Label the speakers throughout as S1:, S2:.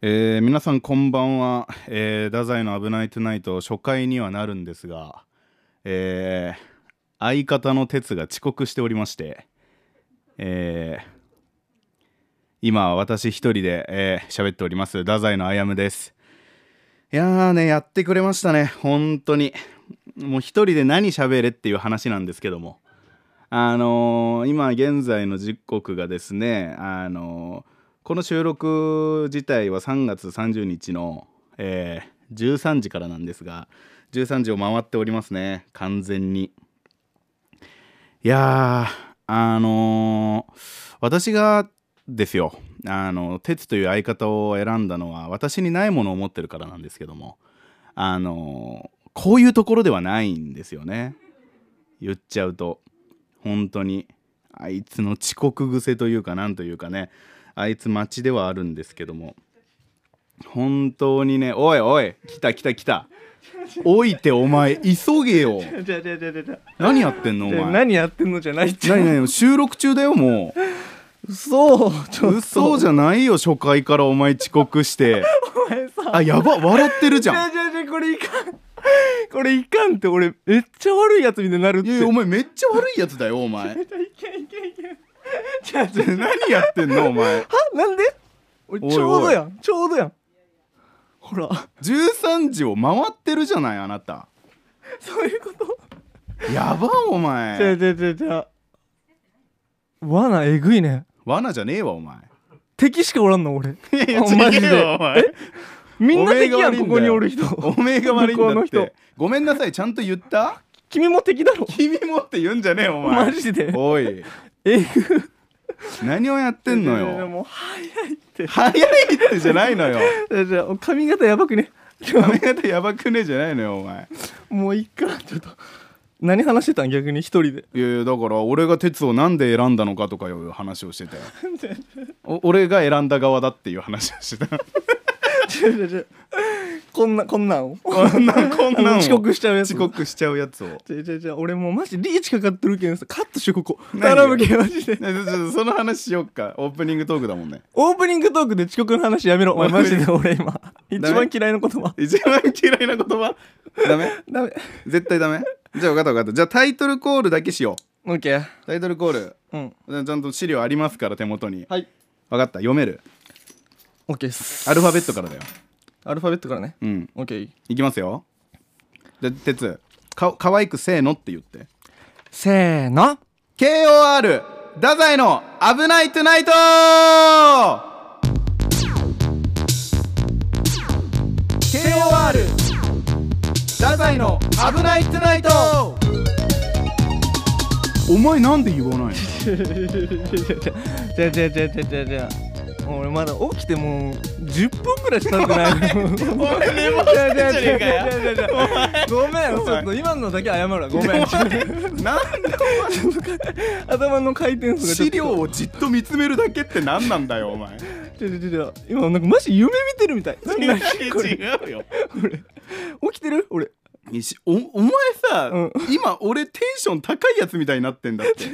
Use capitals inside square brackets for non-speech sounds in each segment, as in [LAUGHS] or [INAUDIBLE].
S1: えー皆さんこんばんは、えー、太宰の「危ないトゥナイト」初回にはなるんですが、えー相方の哲が遅刻しておりまして、えー今私一人で喋、えー喋っております太宰のあやむですいやーねやってくれましたね本当にもう一人で何喋れっていう話なんですけどもあのー今現在の時刻がですね、あのーこの収録自体は3月30日の、えー13時からなんですが13時を回っておりますね完全にいやーあのー私がですよあの鉄という相方を選んだのは私にないものを持ってるからなんですけどもあのーこういうところではないんですよね言っちゃうと本当にあいつの遅刻癖というかなんというかねあいつ待ちではあるんですけども本当にねおいおい来た来た来たおいてお前急げよ
S2: じゃじゃじゃじゃじゃ
S1: 何やってんのお前
S2: 何やってんのじゃないって
S1: 何何収録中だよも
S2: 嘘ちょ
S1: う
S2: っと
S1: 嘘じゃないよ初回からお前遅刻
S2: [LAUGHS]
S1: して
S2: お前さ
S1: あやば笑ってるじ
S2: じ
S1: ゃ
S2: ゃ
S1: ん
S2: じゃじゃこれいかんこれいかんって俺めっちゃ悪いやつみたいになるって
S1: いやいやお前めっちゃ悪いやつだよお
S2: [LAUGHS]
S1: 前
S2: いけんいけんいけんじゃじゃ
S1: 何やってんのお前
S2: はなんで俺
S1: おいおい
S2: ちょうどやんちょうどやんほら
S1: 13時を回ってるじゃないあなた
S2: そういうこと
S1: やばお
S2: じゃ
S1: 前
S2: じゃじゃじゃ罠えぐいね
S1: 罠じゃねえわお前
S2: 敵しかおらんの俺
S1: いやいや
S2: おマジ
S1: 違
S2: で
S1: えよお前
S2: えみんな
S1: おめえ
S2: 敵
S1: が
S2: や
S1: 悪い
S2: ん
S1: だよ
S2: ここにおる人
S1: おめえが悪いんだっ
S2: 向こうの人
S1: てごめんなさいちゃんと言った
S2: 君も敵だろ
S1: 君もって言うんじゃねえよお前
S2: マジで
S1: おい
S2: えぐっ
S1: 何をやってんのよ
S2: もう早いって
S1: 早いってじゃないのよ
S2: じゃじゃ髪型やばくね [LAUGHS]
S1: 髪型やばくねえじゃないのよお前
S2: もういっかちょっと何話してたん逆に一人 [LAUGHS] で
S1: いやいやだから俺が鉄をなんで選んだのかとかいう話をしてたよお俺が選んだ側だっていう話をしてた
S2: [LAUGHS] 違う違う違うこんなこんなんを
S1: こんなんこんなんを
S2: 遅刻しちゃうやつ
S1: 遅刻しちゃうやつを
S2: 違う違う違う俺もうマジリーチかかってるけんさカットしようここ
S1: 何が
S2: 頼むけんマジで
S1: ねちょちょその話しよっかオープニングトークだもんね
S2: オープニングトークで遅刻の話やめろお前マジで俺今一番嫌いな言葉
S1: 一番嫌いな言葉ダメ
S2: ダメ
S1: 絶対ダメじゃあ分かった分かったじゃあタイトルコールだけしよ
S2: オッケー
S1: うタイトルコール
S2: うん
S1: ちゃんと資料ありますから手元に
S2: はい
S1: 分かった読める
S2: オッケーっす
S1: アルファベットからだよ
S2: アルファベットからね
S1: うん
S2: オッケー
S1: いきますよじゃあ哲か可愛くせーのって言って
S2: せーの
S1: KOR 太宰の「危ないトゥナイト」KOR 太宰の「危ないトゥナイト」お前なんで言わないの
S2: じゃじゃじゃじゃじゃじゃ俺まだ起きてもう10分ぐらいしか経ってないのに
S1: お前寝坊
S2: じゃ
S1: し
S2: じゃ
S1: てん
S2: じ
S1: じ
S2: ゃ
S1: ゃねえかよ
S2: じゃじゃごめん
S1: お前
S2: ちょっと今のだけ謝るわごめ
S1: お
S2: ん
S1: 前なんでお前
S2: 頭の回転数がちょっ
S1: 資
S2: と
S1: 料をじっと見つめるだけって何なんだよお前
S2: じゃじゃじゃ今なんかマジ夢見てるみたいこれ
S1: うよ
S2: 起きてる俺
S1: おお前さ、
S2: うん
S1: 今俺テンション高いやつみたいになってんだって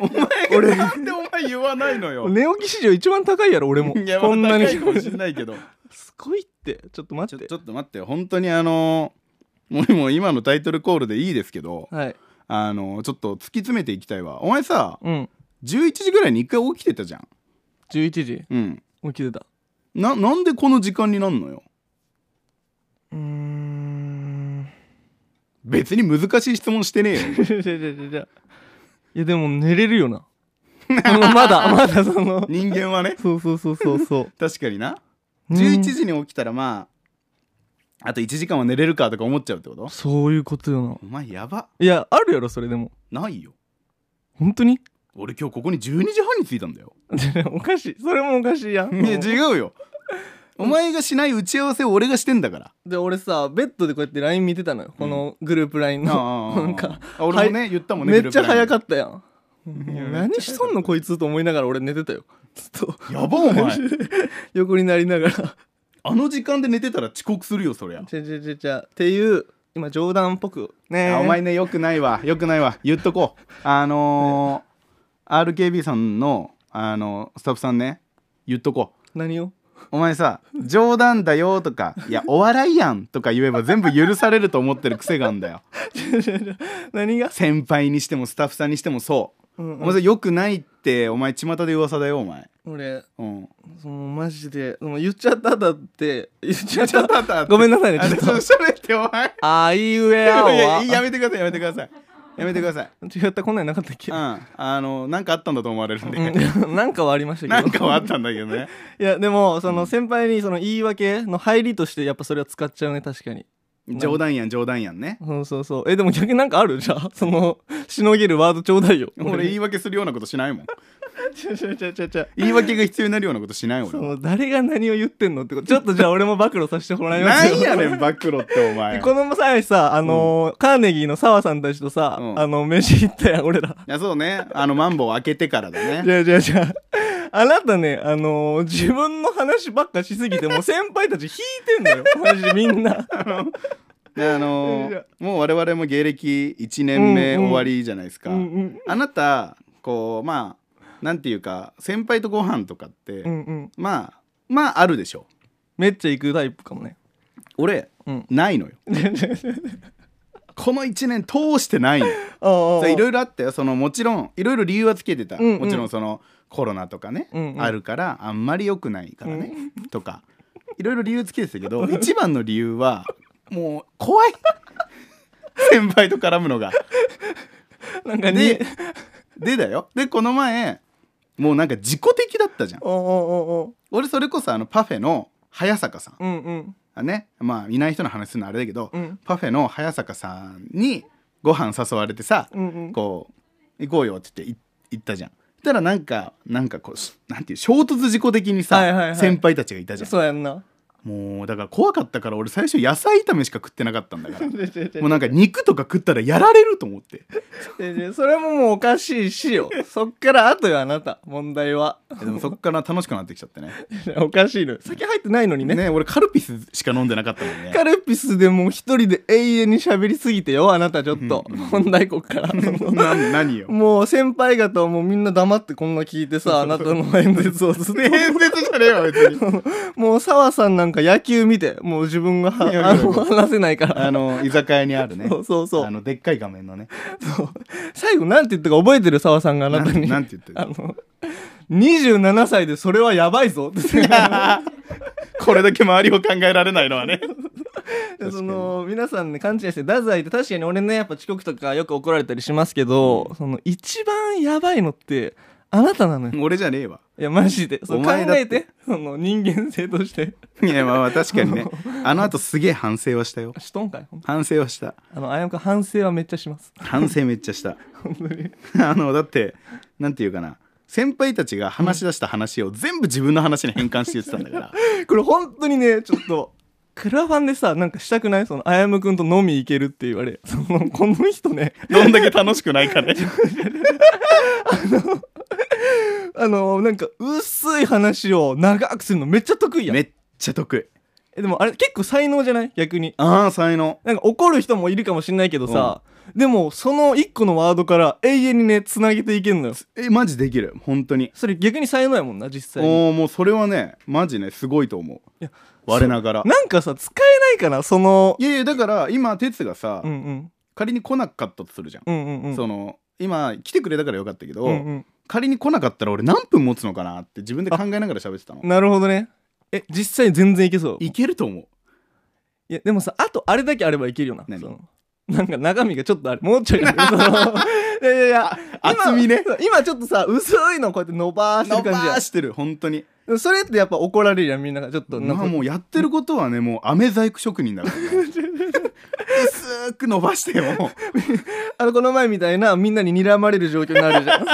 S1: お前が
S2: 俺
S1: なんでお前言わないのよ
S2: 寝起き史上一番高いやろ俺も
S1: いや
S2: こんなに
S1: まあ高いかもしんないけ
S2: [LAUGHS]
S1: ど
S2: すごいってちょっ
S1: ち
S2: と待
S1: ょ
S2: って
S1: ちょっと待ってよ本当にあのもうもう今のタイトルコールでいいですけど
S2: はい
S1: あのちょっと突き詰めていきたいわお前さ
S2: うん
S1: 11時ぐらいに一回起きてたじゃん
S2: 11時
S1: うん
S2: 起きてた
S1: ななんでこの時間になんのよ
S2: うーん
S1: 別に難しい質問してねえよ [LAUGHS]
S2: じゃじゃじゃじゃいやでも寝れるよな [LAUGHS] まだまだその
S1: 人間はね
S2: そうそうそうそうそう
S1: 確かにな
S2: うん
S1: 11時に起きたらまああと1時間は寝れるかとか思っちゃうってこと
S2: そういうことよな
S1: お前やば
S2: いやあるやろそれでも
S1: ないよ
S2: 本当に [LAUGHS]
S1: 俺今日ここに12時半に着いたんだよ
S2: おかしいそれもおかしいやん
S1: いや違うよお前がしない打ち合わせを俺がしてんだ [LAUGHS] から
S2: で俺さベッドでこうやって LINE 見てたのよこのグループ LINE の、なんか
S1: あ俺もね言ったもんね
S2: めっちゃ早か
S1: っ
S2: ったやんもう何しとんのこいつと思いながら俺寝てたよずっと
S1: たやばお前
S2: [LAUGHS]
S1: [LAUGHS]
S2: 横になりながら
S1: あの時間で寝てたら遅刻するよそりゃ
S2: 「ちゃちゃちゃちゃ」っていう今冗談っぽくねえ
S1: あお前ねよくないわよくないわ言っとこうあのー RKB さんの、あのースタッフさんね言っとこう
S2: 何を
S1: お前さ冗談だよとかいやお笑いやんとか言えば全部許されると思ってる癖があんだよ
S2: 何が、
S1: 先輩にしてもスタッフさんにしてもそう
S2: うん
S1: お前それ良くないってお前巷で噂だよお前
S2: 俺
S1: うん
S2: そのマジでその言っちゃっただって言っちゃった
S1: ただ
S2: ごめんなさいね
S1: あ
S2: ちょ
S1: れ
S2: っ
S1: そう
S2: と
S1: 喋ってお前
S2: あいう
S1: い
S2: えあ
S1: やいや
S2: は
S1: やめてくださいやめてくださいやめてください
S2: 違ったこんなんなかったっけ
S1: うんあのなんかあったんだと思われるんで、
S2: [LAUGHS] うんなんかはありましたけど
S1: なんかはあったんだけどね
S2: いやでもその先輩にその言い訳の入りとしてやっぱそれは使っちゃうね確かに
S1: 冗談やん冗談やんね
S2: そうそうそうえでも逆になんかある
S1: [LAUGHS]
S2: じゃあそのしのげるワードちょうだいよ
S1: 俺言い
S2: い
S1: 訳するようなことしないもん
S2: ちゃちゃちゃちゃちゃ
S1: 言い訳が必要になるようなことしない
S2: そ
S1: 俺
S2: の誰が何を言ってんのってこと
S1: [LAUGHS]
S2: ちょっとじゃあ俺も暴露させてもらいま
S1: な
S2: すよ
S1: んやねん暴露ってお前
S2: で
S1: い
S2: この前さあのーカーネギーの澤さんたちとさ、
S1: うん
S2: あの飯行ったやん俺ら
S1: やそうねあのマンボウ開けてからだね
S2: [LAUGHS] じゃあじゃあじゃああなたねあのー自分の話ばっかしすぎてもう先輩たち引いて
S1: [LAUGHS]
S2: んだよマジみんな
S1: であの
S2: いや
S1: もう我々も芸歴1年目終わりじゃないですか、
S2: うんうん
S1: あなたこうまあなんていうか先輩とご飯とかって、
S2: うんうん
S1: まあまああるでしょ
S2: めっちゃ行くタイプかもね
S1: 俺
S2: うん
S1: ないのよこの1年通してないの
S2: あ
S1: そ
S2: あ
S1: ういろいろあったよそのもちろんいろいろ理由はつけてた、
S2: うんうん
S1: もちろんそのコロナとかね、
S2: うんうん
S1: あるからあんまり良くないからね、とかいろいろ理由つけてたけど [LAUGHS] 一番の理由はもう怖い [LAUGHS] 先輩と絡むのが。
S2: なんかに
S1: ででだよでこの前もうなんか自己的だったじゃん
S2: おうお
S1: 俺それこそあのパフェの早坂さん
S2: うおううんうん
S1: あねまあいない人の話するのあれだけど、
S2: うん
S1: パフェの早坂さんにご飯誘われてさ、
S2: うんうん
S1: こう行こうよって言ってい行ったじゃんそしたらなんかなんかこうすなんていう衝突事故的にさ、
S2: はいはいはい
S1: 先輩たちがいたじゃん
S2: そうやんな
S1: もうだから怖かったから俺最初野菜炒めしか食ってなかったんだからも
S2: ででで
S1: うなんか肉とか食ったらやられると思って
S2: ででそれももうおかしいしよそっから後よあなた問題は [LAUGHS]
S1: でもそっから楽しくなってきちゃってね
S2: おかしいのよ酒入ってないのにね
S1: ね俺カルピスしか飲んでなかったもんね
S2: カルピスでもう一人で永遠に喋りすぎてよあなたちょっと、
S1: う
S2: 本題こっか
S1: [LAUGHS]
S2: ら
S1: な何よ
S2: もう先輩方はもうみんな黙ってこんな聞いて
S1: [LAUGHS]
S2: さあなたの演説をずっと
S1: 伝説じゃねえわ [LAUGHS] 別
S2: [LAUGHS]
S1: に
S2: もう澤さんなんか野球見てもう自分が
S1: いやいや
S2: あ
S1: いや
S2: の話せないから
S1: あの居酒屋にあるね
S2: そうそうそ
S1: あ
S2: う
S1: のでっかい画面のね
S2: そう最後なんて言ったか覚えてる澤さんがあなたに
S1: なんなんて言ってる
S2: [LAUGHS] あの27歳でそれはやばい
S1: [LAUGHS]
S2: ぞって
S1: これだけ周りを考えられないのはね
S2: その皆さんね勘違いして太宰って確かに俺ねやっぱ遅刻とかよく怒られたりしますけどその一番やばいのってあなたなの
S1: [LAUGHS]
S2: よ
S1: 俺じゃねえわ
S2: いやマジでそ
S1: お
S2: う考
S1: 前だっ
S2: え
S1: て
S2: てその人間性として [LAUGHS]
S1: いやまあまあ確か [LAUGHS] にねあのあとすげえ反省はしたよ
S2: しとんかいほんと
S1: 反省はした
S2: あのあやむくん反省はめっちゃします [LAUGHS]
S1: 反省めっちゃした [LAUGHS]
S2: 本当に
S1: あのだってなんていうかな先輩たちが話し出した話を全部自分の話に変換して言ってたんだ [LAUGHS] から
S2: これ本当にねちょっとクラファンでさなんかしたくないそのあやむくんと飲み行けるって言われそのこの人ね
S1: どんだけ楽しくないかね
S2: あのなんか薄い話を長くするのめっちゃ得意やん
S1: めっちゃ得意
S2: えでもあれ結構才能じゃない逆に
S1: ああ才能
S2: なんか怒る人もいるかもしれないけどさ、でもその一個のワードから永遠にねつなげていけるのよ
S1: えマジできる本当に
S2: それ逆に才能やもんな実際に
S1: おーもうそれはねマジねすごいと思う
S2: いや
S1: 我ながら
S2: なんかさ使えないかなその
S1: いやいやだから今哲がさ、
S2: うんうん
S1: 仮に来なかったとするじゃん、
S2: うんうんうん
S1: その今来てくれたからよかったけど、
S2: うん
S1: 仮に来なかったら俺何分持つのかなって自分で考えながら喋ってたの
S2: うんなるほどねえ実際全然いけそうい
S1: いけると思う
S2: やでもさあとあれだけあればいけるよな
S1: 何
S2: そのなんか中身がちょっとあれもうちょ
S1: [LAUGHS]
S2: いあるそのいやいやいや
S1: あ
S2: 今
S1: 厚みね
S2: 今ちょっとさ薄いのこうやって伸ばして
S1: 伸
S2: る感じや
S1: ばしてる本当に
S2: でもそれってやっぱ怒られるやんみんながちょっと
S1: ま
S2: な
S1: あ
S2: んか
S1: もうやってることはねもう飴細工職人だから
S2: [LAUGHS]
S1: ね薄く伸ばしても
S2: あのこの前みたいなみんなに睨まれる状況にな
S1: [LAUGHS]
S2: るじゃん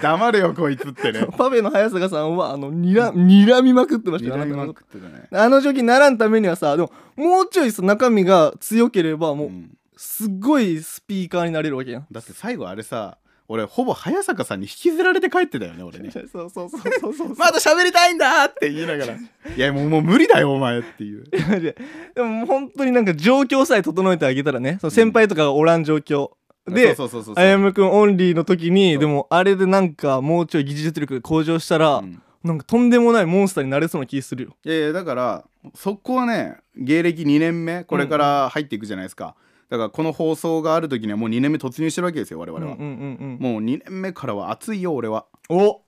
S1: 黙れよこいつって
S2: [LAUGHS]
S1: ね
S2: パフェの早坂さんはあの睨睨みまくってましたよ
S1: 睨み
S2: あなたの
S1: ま
S2: こと
S1: くってたね
S2: あの状況にならんためにはさでももうちょいさ中身が強ければもう、
S1: うん
S2: すっごいスピーカーになれるわけやん
S1: だって最後あれさ俺ほぼ早坂さんに引きずられて帰ってたよね俺
S2: [LAUGHS]
S1: ね
S2: そうそうそうそうそう
S1: まだ喋りたいんだって言いながらいやもうもう無理だよお前っていう
S2: [LAUGHS] でももう本当になんか状況さえ整えてあげたらねその先輩とかがおらん状況、で
S1: そうそうそうそう
S2: あやむくんオンリーの時に
S1: そう
S2: でもあれでなんかもうちょい技術力が向上したら、
S1: うん
S2: なんかとんでもないモンスターになれそうな気するよ
S1: いやいやだからそこはね芸歴2年目これから入っていくじゃないですか、だからこの放送がある時にはもう2年目突入してるわけですよ我々は、
S2: うんうんうんうん
S1: もう2年目からは熱いよ俺は
S2: お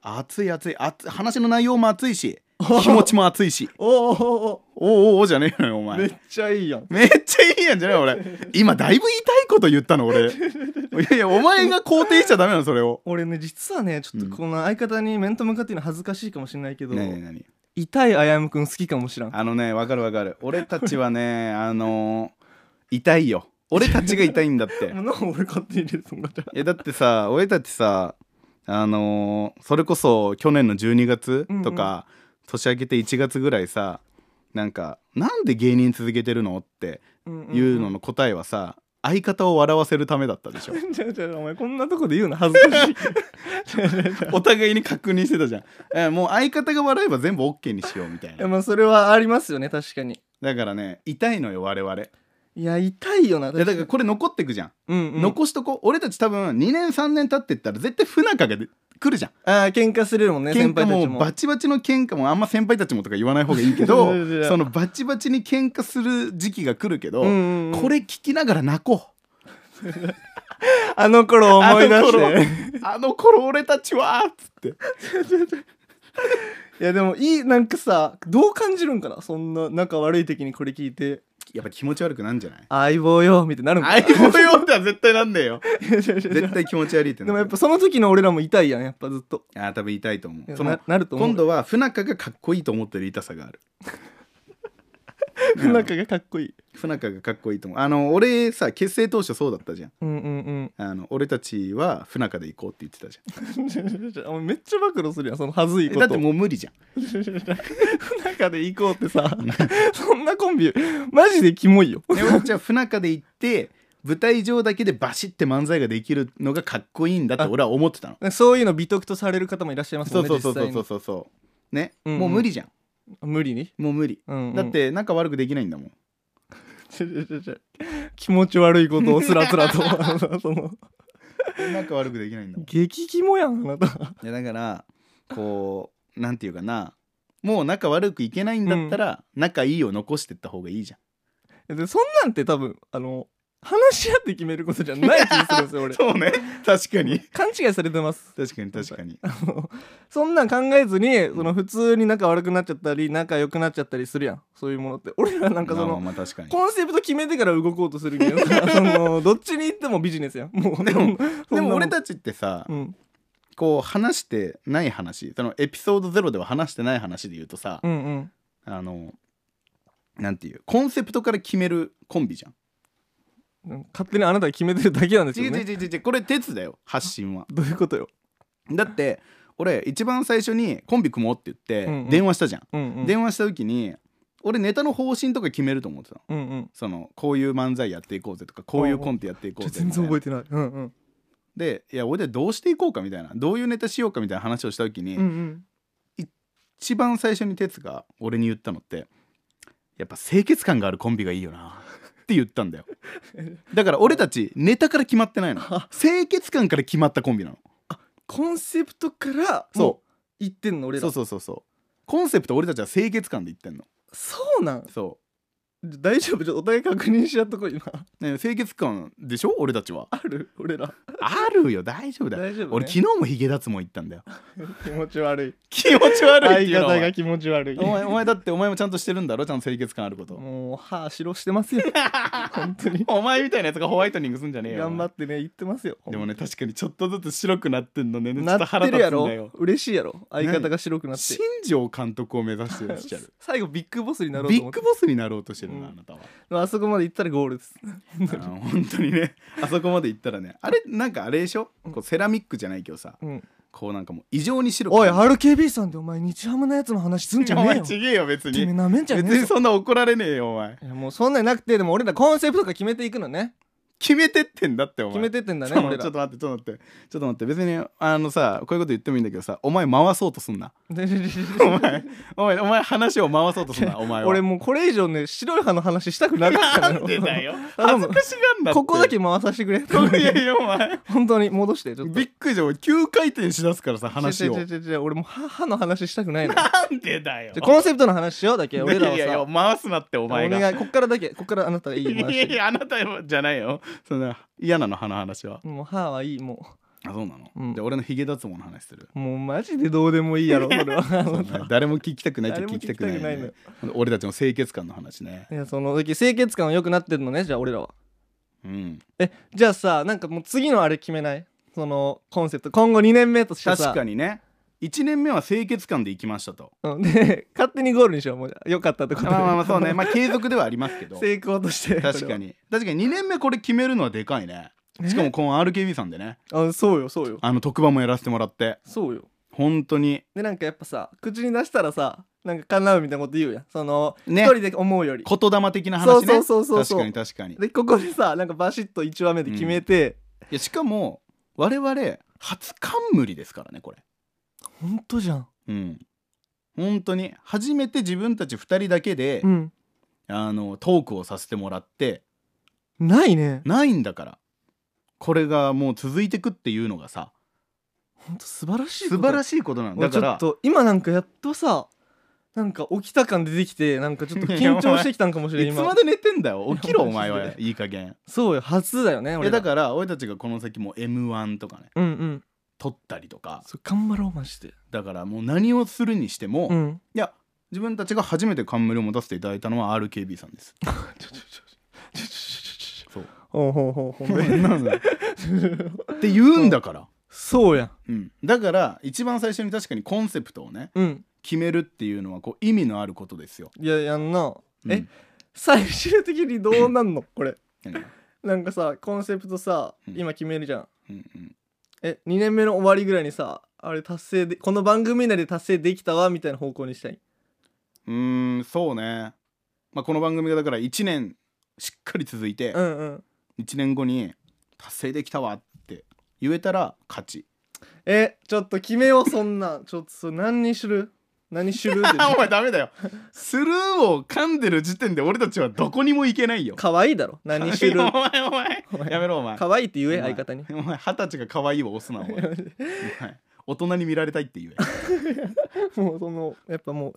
S1: 熱い熱い熱い話の内容も熱い [LAUGHS] し気持ちも熱いし
S2: おおお
S1: おうおうおうじゃねえのよお
S2: お
S1: 前
S2: めっちゃいいやん
S1: めっちゃいいやんじゃない俺 [LAUGHS] 今だいぶ痛いこと言ったの俺いやいやお前が肯定しちゃダメなのそれを
S2: 俺ね実はねちょっとこの相方に面と向かって言うの恥ずかしいかもしれないけど、
S1: 何何何
S2: 痛いあやむくん好きかもしらん
S1: あのねわかるわかる俺たちはねあのー痛いよ俺たちが痛いんだって
S2: もうなんか俺勝手に入れてたんだじゃ
S1: えだってさ俺たちさあのーそれこそ去年の12月とか、年明けて1月ぐらいさなんか「なんで芸人続けてるの?」って
S2: ん
S1: いうのの答えはさ、相方を笑わせるためだったでし
S2: [LAUGHS]
S1: ょ
S2: じゃあじゃあお前こんなとこで言うの恥ずかしい
S1: [LAUGHS] お互いに確認してたじゃん、えもう相方が笑えば全部 OK にしようみたい
S2: いや
S1: な
S2: まあそれはありますよね確かに
S1: だからね痛いのよ我々い
S2: いや痛いよな
S1: やだからこれ残ってくじゃん、
S2: うん、うん、
S1: 残しとこう俺たち多分2年3年経ってったら絶対不仲がで来るじゃん
S2: あー喧嘩するもんね
S1: 喧
S2: 先
S1: 嘩
S2: 輩た
S1: も
S2: ち
S1: う
S2: も
S1: バチバチの喧嘩もあんま先輩たちもとか言わない方がいいけど
S2: [LAUGHS] いやいやいや
S1: そのバチバチに喧嘩する時期が来るけど、
S2: うんうんうん
S1: これ聞きながら泣こ
S2: あの頃
S1: う
S2: 思 [LAUGHS] い出し
S1: あの頃 [LAUGHS]
S2: て
S1: あの頃俺たちはっつって
S2: いやでもいいなんかさどう感じるんかなそんな仲悪い時にこれ聞いて
S1: やっぱ気持ち悪くなんじゃない
S2: 「相棒よ」みたいになるんかな
S1: 相棒よっては絶対なんねえよ
S2: [LAUGHS] で
S1: 絶対気持ち悪いってな
S2: もやっぱその時の俺らも痛いやんやっぱずっと
S1: あー多分痛いと思
S2: いうや
S1: その
S2: ななると思う
S1: 今度は不仲がかっこいいと思ってる痛さがある
S2: 不 [LAUGHS] 仲がかっこいい
S1: 不仲がかっこいいと思うあの俺さ結成当初そうだったじゃん
S2: うんうんうん
S1: あの俺たちは不仲で行こうって言ってたじゃ
S2: [LAUGHS] お前めっちゃ暴露するやんその恥ずい
S1: ん
S2: こ
S1: え
S2: と
S1: だってもう無理じゃん
S2: 不仲で行こうってさ [LAUGHS] そんなコンビマジでキモいよ
S1: で俺たちは不仲で行って舞台上だけでバシって漫才ができるのがかっこいいんだって俺は思ってたの
S2: そういうの美徳とされる方もいらっしゃいます
S1: そ
S2: もん
S1: う
S2: ね
S1: そうそうそう
S2: 実際
S1: そう
S2: に
S1: そうそうね、
S2: うんうん
S1: もう無理じゃん
S2: 無理に、
S1: もう無理、
S2: うんうん
S1: だって仲悪くできないんだもん
S2: 気持ち悪いことをスラスラと [LAUGHS] あのその
S1: 仲悪くできないんだもん
S2: 激キモやんあなた
S1: いやだからこうなんていうかなもう仲悪くいけないんだったら、仲いいを残してった方がいいじゃん
S2: でそんなんて多分あの話し合って決めることじゃない気がするんですよ俺
S1: そうね確かに
S2: 勘違いされてます
S1: 確かに確かに
S2: あのそんなん考えずにその普通に仲悪くなっちゃったり仲良くなっちゃったりするやんそういうものって俺らなんか
S1: ま
S2: そ
S1: あまあ
S2: の
S1: まあ確かに
S2: コンセプト決めてから動こうとす
S1: [LAUGHS]
S2: るけどさそのどっちに行ってもビジネスやんもう
S1: でもでも俺
S2: ち、
S1: たちってさ、
S2: うん、
S1: こう話してない話そのエピソードゼロでは話してない話で言うとさ、
S2: うんうん
S1: あのなんていうコンセプトから決めるコンビじゃん、
S2: 勝手にあなたが決めてるだけなんです
S1: 違
S2: よ
S1: う違う
S2: ね
S1: 違う違うこれ鉄だよ発信は
S2: どういうことよ、
S1: だって俺一番最初にコンビ組もうって言って
S2: うんうん
S1: 電話したじゃん、
S2: うんうん、
S1: 電話した時に俺ネタの方針とか決めると思ってたの
S2: うんうん
S1: そのこういう漫才やっていこうぜとかこういうコントやっていこうぜ
S2: 全然
S1: みたい
S2: 覚
S1: な
S2: えてないうんうん
S1: でいや俺でどうしていこうかみたいなどういうネタしようかみたいな話をした時に、
S2: うんうん
S1: 一番最初に哲が俺に言ったのってやっぱ清潔感があるコンビがいいよなって言ったんだよだから俺たちネタから決まってないの清潔感から決まったコンビなの
S2: コンセプトから
S1: そう
S2: もう行ってんの俺ら
S1: そうそうそうそうコンセプト俺たちは清潔感で言ってんの
S2: そうなん
S1: そ
S2: 大丈夫ちょっとお互い確認し合っとこう今 [LAUGHS]
S1: う、ね、清潔感でしょ俺たちは
S2: ある俺ら
S1: あるよ大丈夫だよ
S2: 大丈夫、ね、
S1: 俺昨日もヒゲ脱毛行ったんだよ [LAUGHS]
S2: 気持ち悪い
S1: 気持ち悪いっていう
S2: 相
S1: のは
S2: 方が気持ち悪い
S1: お前お前だってお前もちゃんとしてるんだろちゃんと清潔感あること
S2: もう歯白してま
S1: [LAUGHS]
S2: すよ本当に
S1: お前みたいなやつがホワイトニングすんじゃねえよ
S2: 頑張ってね言ってますよ
S1: でもね確かにちょっとずつ白くなってんのねちょっ
S2: な
S1: と
S2: って
S1: 腹
S2: る
S1: 立つ
S2: や
S1: んだ
S2: ろ
S1: よ
S2: 嬉しいやろ相方が白くなって
S1: 新庄監督を目指してらっしゃる
S2: 最後ビッグボ [LAUGHS] スになろう
S1: ビッ
S2: と思って
S1: グボスになろうとしてる
S2: う
S1: なんあなたは
S2: まああそこまで行ったらゴールです
S1: あの本当にねあそこまで行ったらねあれなんかあれでしょこうセラミックじゃないけどさ
S2: うん
S1: こうなんかもう異常に白く
S2: おい
S1: なる
S2: RKB さんってお前日ハムのやつの話すんじゃ
S1: お
S2: ねえ
S1: 前
S2: よ
S1: ちげえよ別
S2: てめえ
S1: に
S2: なめんじゃ
S1: 別
S2: ねえ
S1: に
S2: よ
S1: そんな怒られねえよお前
S2: いやもうそんなんなくてでも俺らコンセプトが決めていくのね
S1: 決めてってんだってお前
S2: 決めてってんだね
S1: ちょ
S2: 俺
S1: ちょ
S2: ら
S1: っと待ってちょっと待ってちょっと待って別にあのさこういうこと言ってもいいんだけどさお前回そうとすん
S2: [LAUGHS]
S1: なお前お前お前話を回そうとすんなお前は
S2: 俺もうこれ以上ね白い歯の話したくなかった
S1: な
S2: の [LAUGHS]
S1: んでだよ
S2: 頼
S1: 恥ず
S2: む
S1: かしんだって
S2: ここだけ回させてくれ
S1: いやいやお前
S2: 本当に戻してちょっと
S1: びっくりじゃん俺急回転しだすからさ話を
S2: 違う違う違う違う俺もう歯歯の話したくないの
S1: なんでだよ
S2: じゃあコンセプトの話しようだけ俺らはい
S1: やいや
S2: さ
S1: 回すなってお
S2: お
S1: 前が
S2: 願いこっからだけこっからあなたがいい
S1: いや
S2: 回し
S1: い
S2: て
S1: やあなたじゃないよそんな嫌なの歯の話は
S2: もう歯はいいも
S1: あそうなの、
S2: うん
S1: じゃあ俺のヒゲ脱毛の話する
S2: うもうマジでどうでもいいやろこれ
S1: [LAUGHS]
S2: は
S1: 誰も聞きたくないって
S2: 誰
S1: 聞
S2: も聞
S1: き
S2: き
S1: たく
S2: たく
S1: な,、
S2: ないいね
S1: 俺たちの清潔感の話ね
S2: いやその時清潔感は良くなってるのねじゃあ俺らは
S1: うん
S2: えじゃあさなんかもう次のあれ決めないそのコンセプト今後2年目としてさ
S1: 確かにね1年目は清潔感でいきましたと
S2: うん、で勝手にゴールにしようもうよかったってこと
S1: ま
S2: で
S1: あまあまあそう
S2: [LAUGHS]
S1: ねまあ継続ではありますけど
S2: 成功として
S1: 確かに確かに2年目これ決めるのはでかいねしかもこの RKB さんでね
S2: あそうよそうよ
S1: あの特番もやらせてもらって
S2: そうよ
S1: 本当に
S2: でなんかやっぱさ口に出したらさなんか叶うみたいなこと言うやんその一、
S1: ね
S2: 人で思うより
S1: 言霊的な話ね
S2: そうそうそうそうそう
S1: 確かに確かに
S2: でここでさなんかバシッと1話目で決めて、
S1: いやしかも我々初冠ですからねこれ
S2: ほん、本当じゃん
S1: うん本当に初めて自分たち2人だけで、
S2: うん
S1: あのトークをさせてもらって
S2: ないね
S1: ないんだからこれがもう続いてくっていうのがさ
S2: ほんと素晴らしい
S1: 素晴ら
S2: しい
S1: しいことなんだだから
S2: ちょっと今なんかやっとさなんか起きた感出てきてなんかちょっと緊張してきたんかもしれない
S1: いつまで寝てんだよ起きろお前はいい加減
S2: そうよ初だよね
S1: い
S2: 俺
S1: や
S2: ら
S1: だから俺たちがこの先も m 1とかね
S2: うんうん
S1: 取ったりとか
S2: そう頑張ろうマジで
S1: だからもう何をするにしても、
S2: う
S1: い
S2: ん
S1: や自分たちが初めて冠を持たせていただいたのは RKB さんです
S2: ちょちょちょちょちょちょちょち
S1: そ
S2: ょ
S1: う
S2: ほうほうほうほう
S1: ごめんなさいって言うんだから、
S2: そうやん
S1: うん、だから一番最初に確かにコンセプトをね
S2: うん
S1: 決めるっていうのはこう意味のあることですよ。
S2: いややんな
S1: うん
S2: え、最終的にどうなんのこれ
S1: 何が
S2: なんかさコンセプトさ
S1: うん
S2: 今決めるじゃん
S1: うんうん
S2: え2年目の終わりぐらいにさあれ達成でこの番組内で達成できたわみたいな方向にしたいう
S1: ーんそうね、まあ、この番組がだから1年しっかり続いて、
S2: うんうん
S1: 1年後に「達成できたわ」って言えたら勝ち。
S2: えちょっと決めようそんなん [LAUGHS] ちょっとそれ何にする何す [LAUGHS] るって
S1: [LAUGHS] お前ダメだよ [LAUGHS] スルーを噛んでる時点で俺たちはどこにも行けないよ。
S2: 可愛いだろ何する
S1: [LAUGHS] お前お前
S2: お前
S1: やめろお前。
S2: 可愛いって言え
S1: お前
S2: 相方に
S1: お前二十歳が可愛いを押すなお [LAUGHS] 前。お前大人に見られたいって言え。
S2: [LAUGHS] もうそのやっぱもう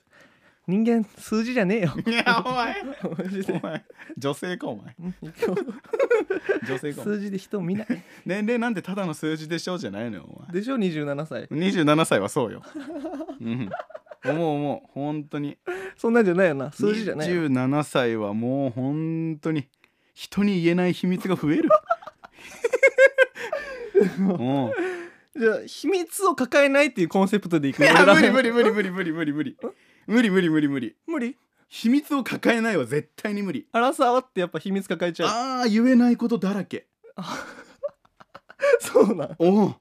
S2: 人間数字じゃねえよ
S1: い [LAUGHS] やお前
S2: [LAUGHS] マジで
S1: お前女性かお前
S2: [LAUGHS]
S1: 女性かお前
S2: 数字で人を見ない
S1: 年齢なんてただの数字でしょじゃないのよお
S2: でしょ27歳
S1: 前27歳はそう [LAUGHS] よ、うん、思う思う本当に
S2: そんなんじゃないよな数字じゃないよ
S1: 27歳はもう本当に人に言えない秘密が増え [LAUGHS] るもう
S2: じゃあ秘密を抱えないっていうコンセプトでいく
S1: いや無理無
S2: 理
S1: 理無理無理無理無理無理無理無理無理無理
S2: 無理
S1: 秘密を抱えないは絶対に無理
S2: アラサーはってやっぱ秘密抱えちゃう
S1: ああ言えないことだらけ
S2: [LAUGHS] そうなん
S1: おう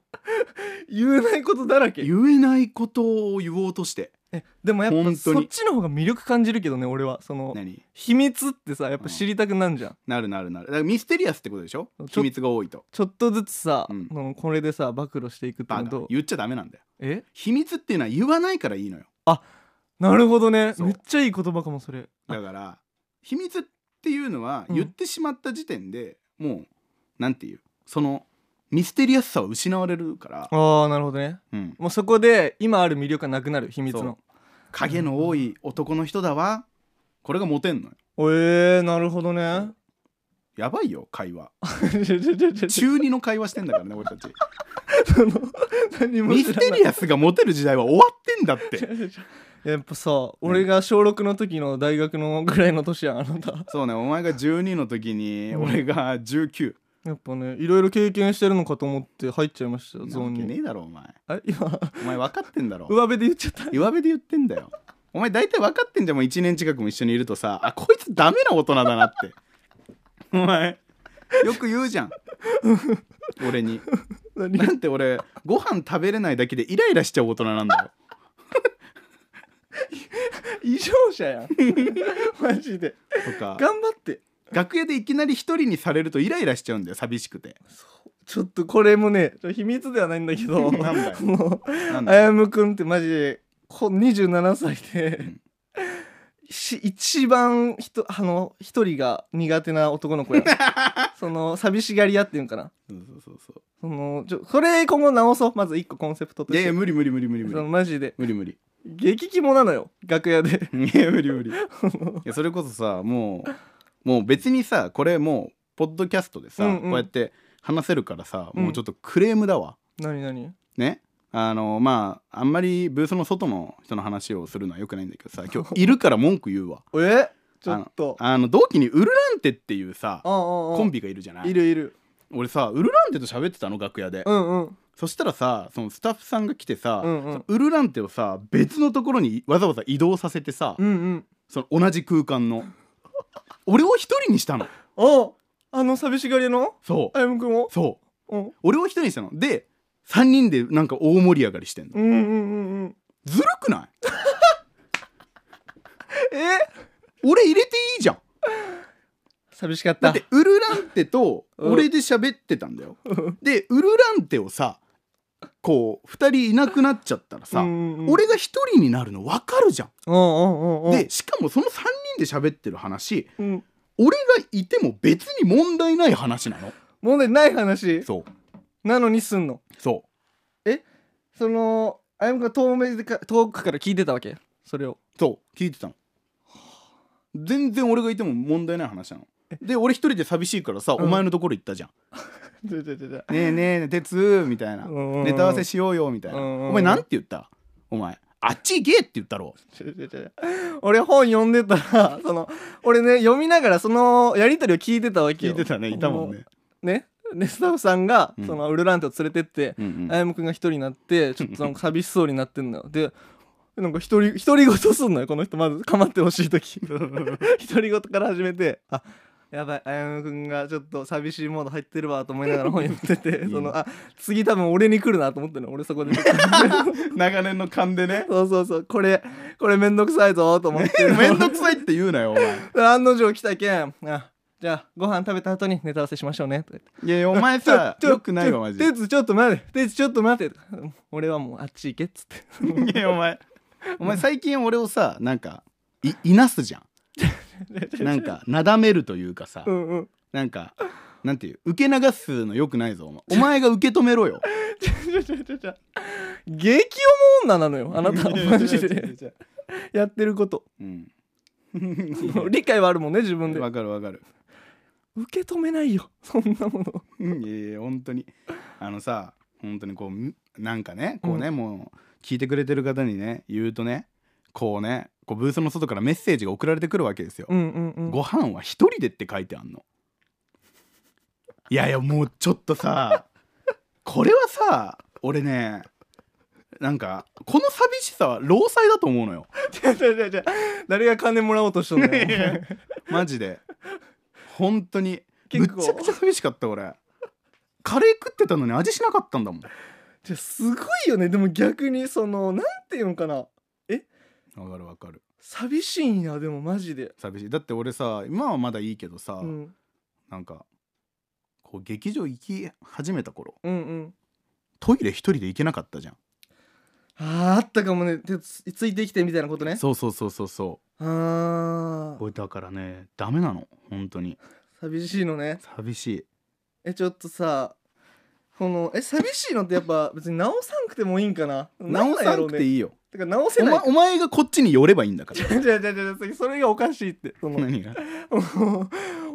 S2: 言えないことだらけ
S1: 言えないことを言おうとして
S2: えでもやっ
S1: 本当
S2: ぱ
S1: に
S2: そっちの方が魅力感じるけどね俺はその
S1: 何
S2: 秘密ってさやっぱ知りたくなんじゃん
S1: なるなるなるだからミステリアスってことでしょ
S2: ちょ
S1: 秘密が多いと
S2: ちょっとずつさ、
S1: うん
S2: そのこれでさ暴露していくって
S1: バ
S2: こ
S1: カ
S2: と
S1: 言っちゃダメなんだよ
S2: え
S1: 秘密っていうのは言わないからいいのよ
S2: なるほどね
S1: そう
S2: めっちゃいい言葉かもそれ
S1: だから秘密っていうのは
S2: うん
S1: 言ってしまった時点で、もうなんていうそのミステリアスさは失われるから、
S2: ああなるほどね
S1: うん、
S2: もうそこで今ある魅力がなくなる秘密の
S1: 影の多い男の人だわこれがモテんのよ
S2: えー、なるほ
S1: [LAUGHS]
S2: どね
S1: そやばいよ会話
S2: 中
S1: 中二の会話してんだから
S2: [LAUGHS]
S1: ね俺たち
S2: 途の [LAUGHS] 何も
S1: ミス
S2: 知ら
S1: テ
S2: ない
S1: リアスがモテる時代は終わってんだって
S2: やっぱさ俺が小6の時の大学のぐらいの年やんあなた
S1: そうねお前が12の時に
S2: うん
S1: 俺が19
S2: やっぱねいろいろ経験してるのかと思って入っちゃいましたよ
S1: な
S2: ゾー
S1: わ
S2: ン
S1: けね
S2: に
S1: えだろお前
S2: あれ今
S1: お前分かってんだろ
S2: 上辺で言っち
S1: [LAUGHS]
S2: ゃった
S1: 弱火で言ってんだよお前大体分かってんじゃんもう1年近くも一緒にいるとさあこいつダメな大人だなってお前よく言うじゃん俺に
S2: 何
S1: なんて俺ご飯食べれないだけでイライラしちゃう大人なんだよ
S2: 異常者
S1: [LAUGHS]
S2: やんマジで
S1: とか
S2: 頑張って
S1: 楽屋でいきなり一人にされるとイライラしちゃうんだよ寂しくて
S2: ちょっとこれもねちょ秘密ではないんだけ
S1: [LAUGHS]
S2: ど
S1: なんだよ
S2: もう
S1: なん
S2: あ
S1: だよ
S2: やむくんってマジでこ27歳で、し一番ひとあの一人が苦手な男の子や
S1: [LAUGHS]
S2: その寂しがり屋っていうんかな
S1: そうそうそうそ
S2: そのちょそれ今後直そうまず一個コンセプトと
S1: うい
S2: し
S1: やい
S2: て
S1: や無理無理無理無理無
S2: その
S1: 理
S2: マジで
S1: 無理無理
S2: 激肝なのよ楽屋で
S1: いや無理無理いやそれこそさもうもう別にさこれもうポッドキャストでさ、
S2: うんう
S1: こ
S2: ん
S1: うやって話せるからさ
S2: うん
S1: もうちょっとクレームだわ、
S2: [LAUGHS] 何何
S1: ねあのまああんまりブースの外の人の話をするのはよくないんだけどさ
S2: [LAUGHS]
S1: 今日いるから文句言うわ
S2: えちょっと
S1: あの同期にウルランテっていうさ
S2: コ
S1: コンビがいるじゃない
S2: いるいる
S1: 俺さウルランテと喋ってたの楽屋で、
S2: うんうん
S1: そしたらさそのスタッフさんが来てさ、
S2: うんうん
S1: ウルランテをさ別のところにわざわざ移動させてさ、
S2: うんうん
S1: その同じ空間の俺を一人にしたの
S2: おあの寂しがり屋の
S1: そ
S2: あやむくんも
S1: うそう
S2: うん
S1: 俺を一人にしたので3人でなんか大盛り上がりしてんの
S2: うんうんうんうん
S1: ずるくない
S2: [LAUGHS] え
S1: 俺入れていいじゃん
S2: 寂しかっ
S1: だ
S2: た
S1: ってウルランテと
S2: うん
S1: 俺で喋ってたんだよ、でウルランテをさこう2人いなくなっちゃったらさ、
S2: うんうんうん
S1: 俺が一人になるの分かるじゃん、
S2: うんうんうんうん
S1: でしかもその3人で喋ってる話
S2: うん
S1: 俺がいても別に問題ない話なの
S2: 問題ない話
S1: そう
S2: なのにすんの
S1: そ
S2: そのあやむくんが遠目でか遠くから聞いてたわけそれを
S1: うそう聞いてたの全然俺がいても問題ない話なので俺一人で寂しいからさ、
S2: うん
S1: お前のところ行ったじゃん
S2: ちょちょちょちょ
S1: 「ねえねえ鉄」みたいな
S2: うん
S1: ネタ合わせしようよ」みたいな、
S2: うんうん
S1: お前なんて言ったお前あっち行けって言ったろ
S2: ちょちょちょ俺本読んでたらその俺ね読みながらそのやり取りを聞いてたわけ
S1: 聞
S2: よ
S1: いてたねいたもんね、
S2: ねでスタッフさんが、
S1: うん
S2: そのウルランテを連れてって、
S1: うんうん
S2: あやむくんが一人になってちょっとなんか寂しそうになってんのよでなんか一人独り言すんのよこの人まず構ってほし
S1: [LAUGHS]
S2: い時独り言から始めてあやばいあやむくんがちょっと寂しいモード入ってるわと思いながら本読んでて
S1: いい
S2: そのあ次多分俺に来るなと思ってんの [LAUGHS] 俺そこで
S1: 長年の勘でね
S2: そうそうそうこれこれめんどくさいぞと思って
S1: [LAUGHS] めんどくさいって言うなよお前
S2: で案の定来たけんあじゃあご飯食べた後にネタ合わせしましょうねとか言って
S1: いやいやお前さ
S2: ちょ
S1: よくないわマジで
S2: ちょ鉄ちょっと待て鉄ちょっと待てうん俺はもうあっち行けっつって
S1: いやお前お前最近俺をさなんかいいなすじゃんなんかなだめるというかさ、
S2: うんうん
S1: なんかなんていう受け流すのよくないぞお前お前が受け止めろ
S2: [LAUGHS]
S1: よ
S2: ちょちょちょちょ激重女なのよあなた
S1: いやいや
S2: マジ
S1: 違う違
S2: で
S1: う違う
S2: やってること
S1: うん
S2: 理解はあるもんね自分で
S1: わかるわかる
S2: 受け止めないよそんなもの
S1: うんいやいや本当にあのさ本当にこうんなんかねこうね、もう聞いてくれてる方にね言うとねこうねこうブースの外からメッセージが送られてくるわけですよ、
S2: うんうんうん
S1: ご飯は一人でって書いてあんのいやいやもうちょっと
S2: [LAUGHS]
S1: さこれはさ俺ねなんかこの寂しさは労災だと思うの
S2: [LAUGHS]
S1: よ
S2: ちょちょちょちょ誰が金もらおうとしとん
S1: いやい
S2: ね
S1: やマジで本当にむ
S2: 結
S1: っ
S2: 構
S1: ちゃくちゃ寂しかった俺カレー食ってたのに味しなかったんだもん
S2: んすごいよねでも逆にそのなんていうのかな
S1: わかるわかる
S2: 寂しいんやでもマジで
S1: 寂しいだって俺さ今はまだいいけどさ、
S2: うん
S1: なんかこう劇場行き始めた頃
S2: うんうん
S1: トイレ一人で行けなかったじゃん、
S2: あーあったかもねてつついてきてみたいなことね
S1: そうそうそうそうそ
S2: あ
S1: う
S2: あ
S1: [LAUGHS] これだからねダメなの本当に
S2: 寂しいのね
S1: 寂しい
S2: えちょっとさこのえ寂しいのってやっぱ [LAUGHS] 別に直さんくてもいいんかな
S1: 直さんくて
S2: いい
S1: いいよ、
S2: てか直せ
S1: お
S2: ない
S1: 前お前がこっちに寄ればいいんだか
S2: じ
S1: ら
S2: [LAUGHS] ゃじゃじゃじゃじゃそれがおかしいってその
S1: 何が
S2: [LAUGHS]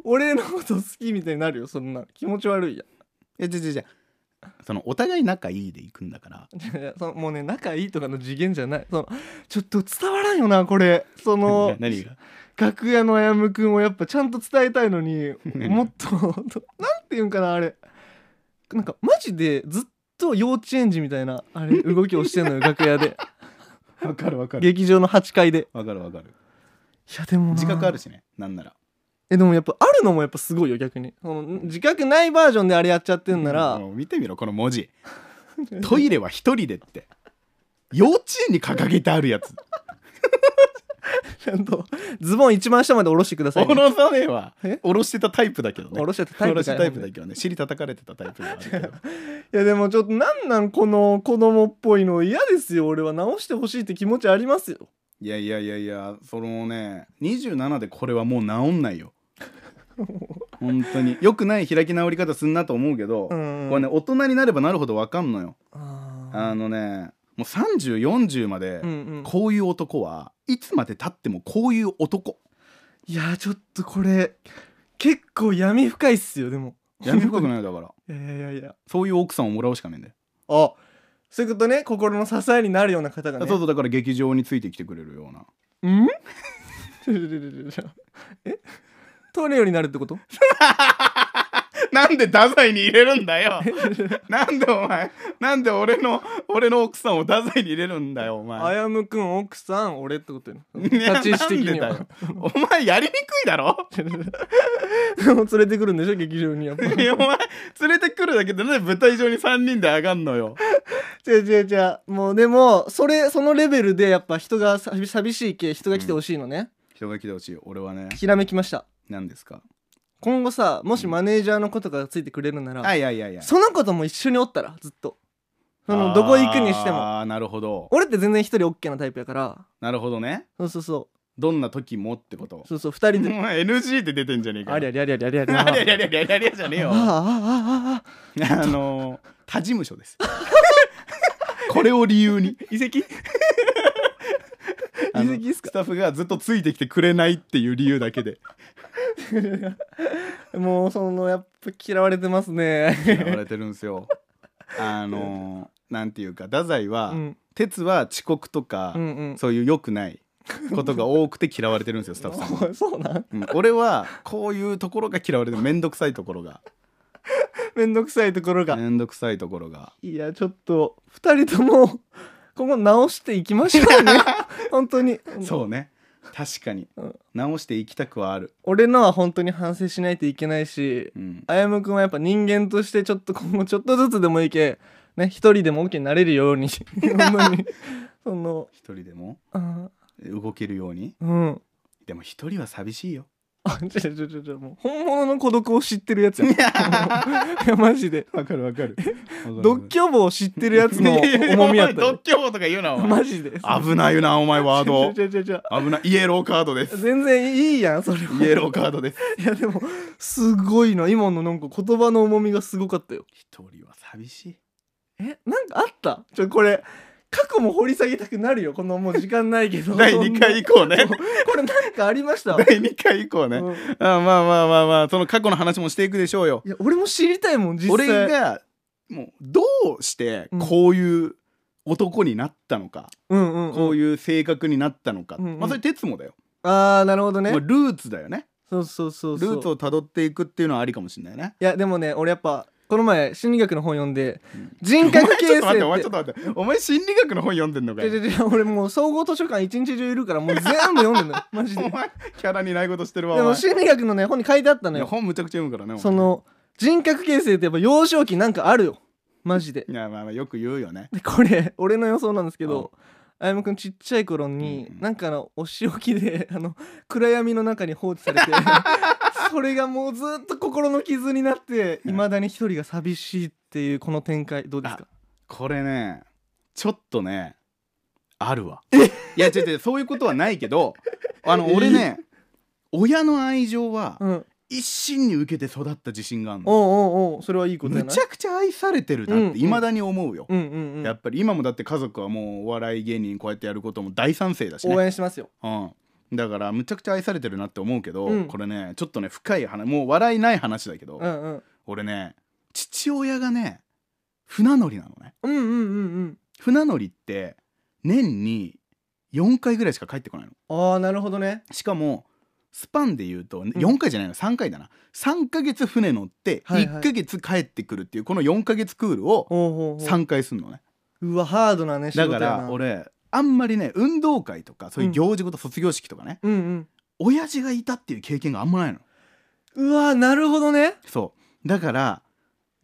S2: 俺のこと好きみたいになるよそんな気持ち悪いや
S1: えじゃじゃじゃそのお互い仲いいで行くんだから
S2: じゃじゃそのもうね仲いいとかの次元じゃないそのちょっと伝わらんよなこれその
S1: [LAUGHS] 何が
S2: 楽屋のあやむくんをやっぱちゃんと伝えたいのに
S1: 何
S2: もっと [LAUGHS] なんていうんかなあれなんかマジでずっと幼稚園児みたいなあれ動きをしてんの
S1: [LAUGHS]
S2: よ楽屋で
S1: わかるわか
S2: 劇場の8階で
S1: わかるわかる
S2: いやでもな
S1: 自覚あるしねなんなら
S2: えでもやっぱあるのもやっぱすごいよ逆にその自覚ないバージョンであれやっちゃってんなら
S1: もう見てみろこの文字トイレは一人でって幼稚園に掲げてあるやつ
S2: ちゃんとズボン一番下まで下ろしてくださいね、
S1: おろさねえわ
S2: え
S1: おろしてたタイプだけどね
S2: 下ろしてたタイ
S1: お
S2: プ
S1: ろ
S2: か
S1: し
S2: よ
S1: たタイプだけどね尻叩かれてたタイプだけど
S2: いやでもちょっとなんなんこの子供っぽいの嫌ですよ俺は直してほしいって気持ちありますよ
S1: いやいやいやいやそのね27でこれはもう治ん [LAUGHS] ないよ本当によくない開き直り方すんなと思うけど、
S2: うん
S1: これね大人になればなるほどわかんのよ、あ
S2: あ
S1: のねもう3040まで、
S2: ーうんうん
S1: こういう男はいつまでたってもこういう男
S2: いやーちょっとこれ結構闇深いっすよでも
S1: 闇深くないよだから [LAUGHS]
S2: いやいやいやいや
S1: そういう奥さんをもらうしかねえんだよ、
S2: あそういうことね心の支えになるような方がね
S1: そうそうだから劇場についてきてくれるようなん
S2: ちょちょちょちょちょ [LAUGHS] えトレオになるってこと [LAUGHS]
S1: なんで太宰に入れるんだよ [LAUGHS] なんでお前なんで俺の俺の奥さんを太宰に入れるんだよお
S2: あ
S1: 前
S2: やむくん奥さん俺ってことよ立
S1: いや
S2: ち位置的に
S1: なん
S2: は
S1: でだよお前やりにくいだろ [LAUGHS]
S2: [LAUGHS] でも連れてくるんでしょ劇場にやっぱ違
S1: いやお前連れてくるだけでなんで舞台上に3人で上がんのよ
S2: う違う違うもうでもそれそのレベルでやっぱ人が寂寂しい系人が来てほしいのね、
S1: 人が来てほしい俺はね
S2: ひらめきました
S1: 何ですか
S2: 今後さもしマネージャーのことがついてくれるなら、
S1: あいやいやいや
S2: その子とも一緒におったらずっとそのどこ行くにしても
S1: ああなるほど
S2: 俺って全然一人 OK なタイプやから
S1: なるほどね
S2: そうそうそ
S1: どんな時もってこと
S2: うそうそう二
S1: お
S2: 人で
S1: 前 NG って出てんじゃねえかよ
S2: ありゃりゃりゃりゃりゃり
S1: [LAUGHS]
S2: ゃ
S1: ありゃりゃりゃりゃりゃりゃじゃねえよあ
S2: あああああ
S1: の他事務所です [LAUGHS] これを理由に
S2: 遺跡
S1: あの
S2: 遺跡っすか
S1: スタッフがずっとついてきてくれないっていう理由だけで
S2: もうそのやっぱ嫌われてますね
S1: 言われてるんです
S2: [LAUGHS]
S1: よあのなんていうか太宰は、
S2: うん
S1: 鉄は遅刻とか、
S2: うんうん
S1: そういう良くないことが多くて嫌われてるんですよスタッフさんに
S2: おい [LAUGHS] そうなん
S1: うん俺はこういうところが嫌われてるめんどくさいところが
S2: めんどくさいところが、
S1: めんどくさいところが
S2: いやちょっと二人とも今後直していきましょ
S1: [LAUGHS]
S2: うね本当に
S1: そうね確かに、
S2: うん
S1: 直していきたくはある、
S2: 俺のは本当に反省しないといけないし
S1: うん、
S2: あやむくんはやっぱ人間としてちょっと今後ちょっとずつでもいけね一人でも OK になれるように [LAUGHS] 本当にその
S1: 一人でも
S2: あ
S1: 動けるように
S2: ーうん
S1: でも一人は寂しいよ
S2: あちょちょちょちょちょもう本物の孤独を知ってるやつや [LAUGHS] いやマジで
S1: わかるわかる
S2: 独居房を知ってるやつの重みやった
S1: ドッ
S2: よ
S1: キョとか言うな
S2: [LAUGHS]
S1: お前
S2: マジで
S1: 危ないよなお前ワー
S2: [LAUGHS]
S1: ド
S2: ちょちょちょちょ
S1: 危ないイエローカードです
S2: 全然いいやんそれは
S1: イエローカードです
S2: [LAUGHS] いやでもすごいな今のなんか言葉の重みがすごかったよ
S1: 一人は寂しい
S2: えなんかあったちょこれ過去も掘り下げたくなるよこのもう時間ないけ
S1: [LAUGHS]
S2: ど
S1: 第2回以
S2: [LAUGHS] こ
S1: 降ね
S2: れ何かありま
S1: [LAUGHS]
S2: した、
S1: 第2回以降ね、
S2: うん
S1: あまあまあまあまあその過去の話もしていくでしょうよ
S2: いや俺も知りたいもん実際
S1: 俺がもうどうしてこういう男になったのか、
S2: うんうん、
S1: こう
S2: い
S1: いう性格になったのか、
S2: うんうん
S1: まあそれ鉄もだよ、
S2: うああなるほどね、
S1: まあ、ルーツだよね
S2: そうそうそう
S1: ル
S2: そう
S1: ーツをたどっていくっていうのはありかもしれないね
S2: いやでもね俺やっぱこの前心理学の本読んで、
S1: うん
S2: 人格形成って
S1: お前ちょっと待ってお前ちょっと待ってお前心理学の本読んでんのか
S2: ちょち
S1: よ
S2: ょちょ俺もう総合図書館一日中いるからもう全部読んでん
S1: [LAUGHS]
S2: のよマジで
S1: お前キャラにないことしてるわ
S2: で
S1: お
S2: も
S1: 前
S2: 心理学のね本に書いてあったの
S1: いや
S2: よ
S1: 本むちゃくちゃ読むからねお前
S2: その人格形成ってやっぱ幼少期なんかあるよマジで
S1: いやまあまあよく言うよね
S2: でこれ俺の予想なんですけどあやむくんちっちゃい頃に、
S1: うんうん
S2: なんかあのお仕置きで [LAUGHS] あの暗闇の中に放置
S1: [LAUGHS]
S2: されてそれがもうずっと心の傷になっていまだに一人が寂しいっていうこの展開どうですか
S1: これねちょっとねあるわいや違う違うそういうことはないけ
S2: [LAUGHS]
S1: どあの俺ね親の愛情は
S2: うん、おう
S1: 一心に受けて育った自信があるの
S2: おうおうそれはいいことじゃ
S1: む
S2: ない
S1: ちゃくちゃ愛されてるな
S2: う
S1: っ
S2: ん
S1: ていまだに思うよ、
S2: うんうんうん
S1: やっぱり今もだって家族はもうお笑い芸人こうやってやることも大賛成だしね
S2: 応援しますよ
S1: うん、だからむちゃくちゃ愛されてるなって思うけど、
S2: うん
S1: これねちょっとね深い話もう笑いない話だけど、
S2: うんうん
S1: 俺ね父親がね船乗りなのね
S2: うんうんうんうん
S1: 船乗りって年に4回ぐらいしか帰ってこないの
S2: ああなるほどね
S1: しかもスパンで言うと4回じゃないの3回だな3ヶ月船乗って
S2: はいはい
S1: 1ヶ月帰ってくるっていうこの4ヶ月クールを
S2: おうおうおう
S1: 3回すんのね
S2: うわハードなね仕
S1: だ
S2: 事
S1: か
S2: やな
S1: ら俺あんまりね運動会とかそういう行事ごと卒業式とかね、
S2: うんうん
S1: 親父がいたっていう経験があんまないの
S2: うわなるほどね
S1: そうだから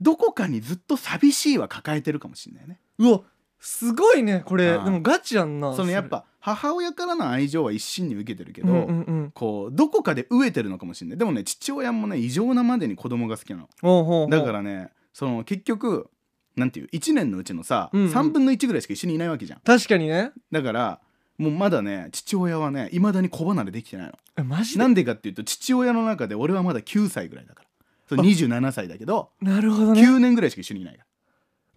S1: どこかにずっと寂しいは抱えてるかもしれないね
S2: うわすごいねこれ
S1: ああ
S2: でもガチやんな
S1: その
S2: れ
S1: やっぱ母親からの愛情は一心に受けてるけど、
S2: うんうんうん
S1: こうどこかで飢えてるのかもしれないでもね父親もね異常なまでに子供が好きなの
S2: ほうほうほう
S1: だからねその結局なんていう1年のうちのさ、
S2: うんうん
S1: 3分の1ぐらいしか一緒にいないわけじゃん
S2: 確かにね
S1: だからもうまだね父親はねいまだに子離れできてないの
S2: えマジ
S1: な
S2: で
S1: んでかっていうと父親の中で俺はまだ9歳ぐらいだからそう27歳だけど
S2: なるほどね
S1: 9年ぐらいしか一緒にいないから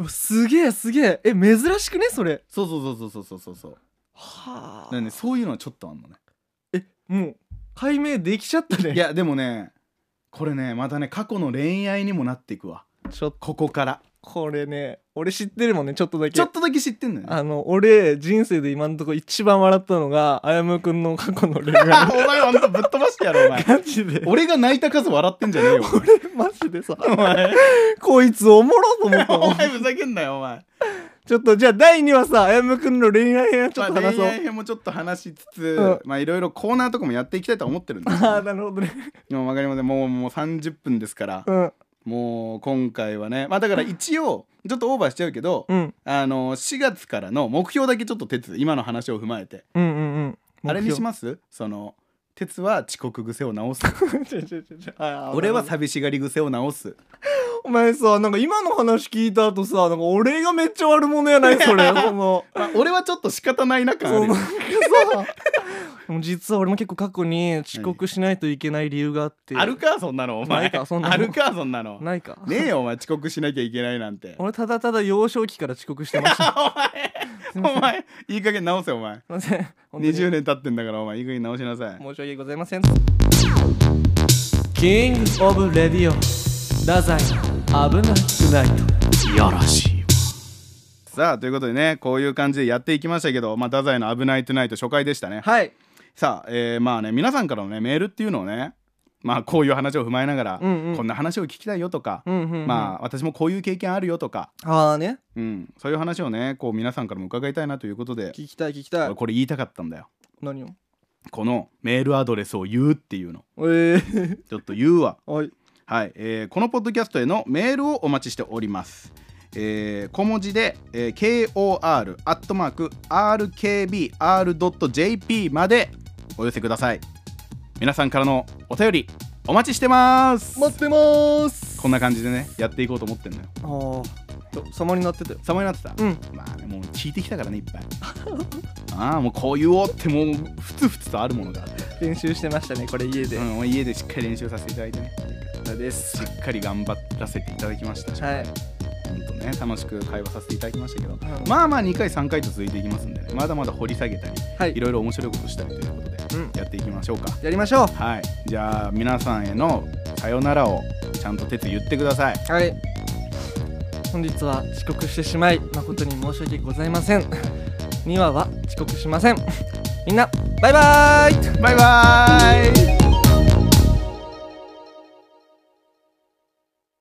S2: うわすげえすげええ珍しくねそれ
S1: そうそうそうそうそうそうそう
S2: は
S1: だからねそういうのはちょっとあんのね
S2: えもう解明できちゃったね
S1: いやでもねこれねまたね過去の恋愛にもなっていくわ
S2: ちょっと
S1: ここから
S2: これね俺知ってるもんねちょっとだけ
S1: ちょっとだけ知ってんのよ、ね、
S2: あの俺人生で今のとこ一番笑ったのがあやむくんの過去の恋愛
S1: [LAUGHS] お前ほんとぶっ飛ばしてやろお前
S2: マジで
S1: [LAUGHS] 俺が泣いた数笑ってんじゃねえよ
S2: 俺マジでさ
S1: お前
S2: こいつおもろと思ったも
S1: [LAUGHS] お
S2: ん
S1: 前ふざけんなよお前
S2: ちょっとじゃあ第2話さあやむくんの恋愛編ちょっと
S1: まあ
S2: 話そ
S1: 恋
S2: う、
S1: 愛編もちょっと話しつつ、
S2: ん
S1: まあいろいろコーナーとかもやっていきたいとは思ってるん [LAUGHS] です
S2: [LAUGHS] ああーなるほどね
S1: でも分かりませんもうもう30分ですから、
S2: うん
S1: もう今回はねまあだから一応ちょっとオーバーしちゃうけど、
S2: うん
S1: あの4月からの目標だけちょっと鉄今の話を踏まえて
S2: うんうんうん
S1: あれにし
S2: ま
S1: ますその鉄は遅刻癖を直す
S2: ちょちょちょちょ [LAUGHS] あー
S1: [LAUGHS] 俺は寂しがり癖を直す
S2: お前さなんか今の話聞いた後さなんか俺がめっちゃ悪者
S1: [LAUGHS]
S2: やないそれその
S1: まあ俺はちょっと仕方ないな
S2: そ
S1: 感あ
S2: の
S1: るよ
S2: なんかさもう実は俺も結構過去に遅刻しないといけない理由があって
S1: あるかそんなのお前
S2: ないかそんなの
S1: あるかそんなの
S2: ないか
S1: ねえよお前遅刻しなきゃいけないなんて
S2: [LAUGHS] 俺ただただ幼少期から遅刻してま
S1: [LAUGHS]
S2: した
S1: お前いい加減直せお前
S2: すいません本当に
S1: 20年経ってんだからお前いい加減直しなさい
S2: 申し訳ございませんキングオブレディオ太宰危なくない
S1: いやらしいわさあということでねこういう感じでやっていきましたけど、まあ、太宰の「危ないトゥナイト」初回でしたね
S2: はい
S1: さあ、えーまあね皆さんからのねメールっていうのをねまあこういう話を踏まえながら、
S2: うんうん
S1: こんな話を聞きたいよとか、
S2: うんうん、うん、
S1: まあ私もこういう経験あるよとか、
S2: ああーね
S1: うん、そういう話をねこう皆さんからも伺いたいなということで
S2: 聞きたい聞きたい
S1: 俺これ言いたかったんだよ
S2: 何を
S1: このメールアドレスを言うっていうの
S2: えー、
S1: ちょっと言うわ
S2: はい
S1: はい、えーこのポッドキャストへのメールをお待ちしております。えー小文字で、えー kor.rkbr.jp までお寄せください。皆さんからのお便りお待ちしてます。
S2: 待ってまーす
S1: こんな感じでねやっていこうと思ってんのよ。
S2: ああ様になってたよ
S1: 様になってた、
S2: うん
S1: まあねもう聞いてきたからねいっぱい。ああもうこう言おうってもうふつふつとあるものがあって、
S2: 練習してましたねこれ家で、
S1: うん、もう家でしっかり練習させていただいてね
S2: です
S1: しっかり頑張らせていただきました。
S2: はい
S1: 本当ね楽しく会話させていただきましたけど、
S2: うん
S1: まあまあ2回3回と続いていきますんでねまだまだ掘り下げたり
S2: はい
S1: いろいろ面白いことしたりということで
S2: うん
S1: やっていきましょうか
S2: やりましょ
S1: はいじゃあ皆さんへのさよならをちゃんと鉄言ってくださいう
S2: はい本日は遅刻してしまい誠に申し訳ございません2話は遅刻しませんみんなバイバーイ
S1: バイバーイ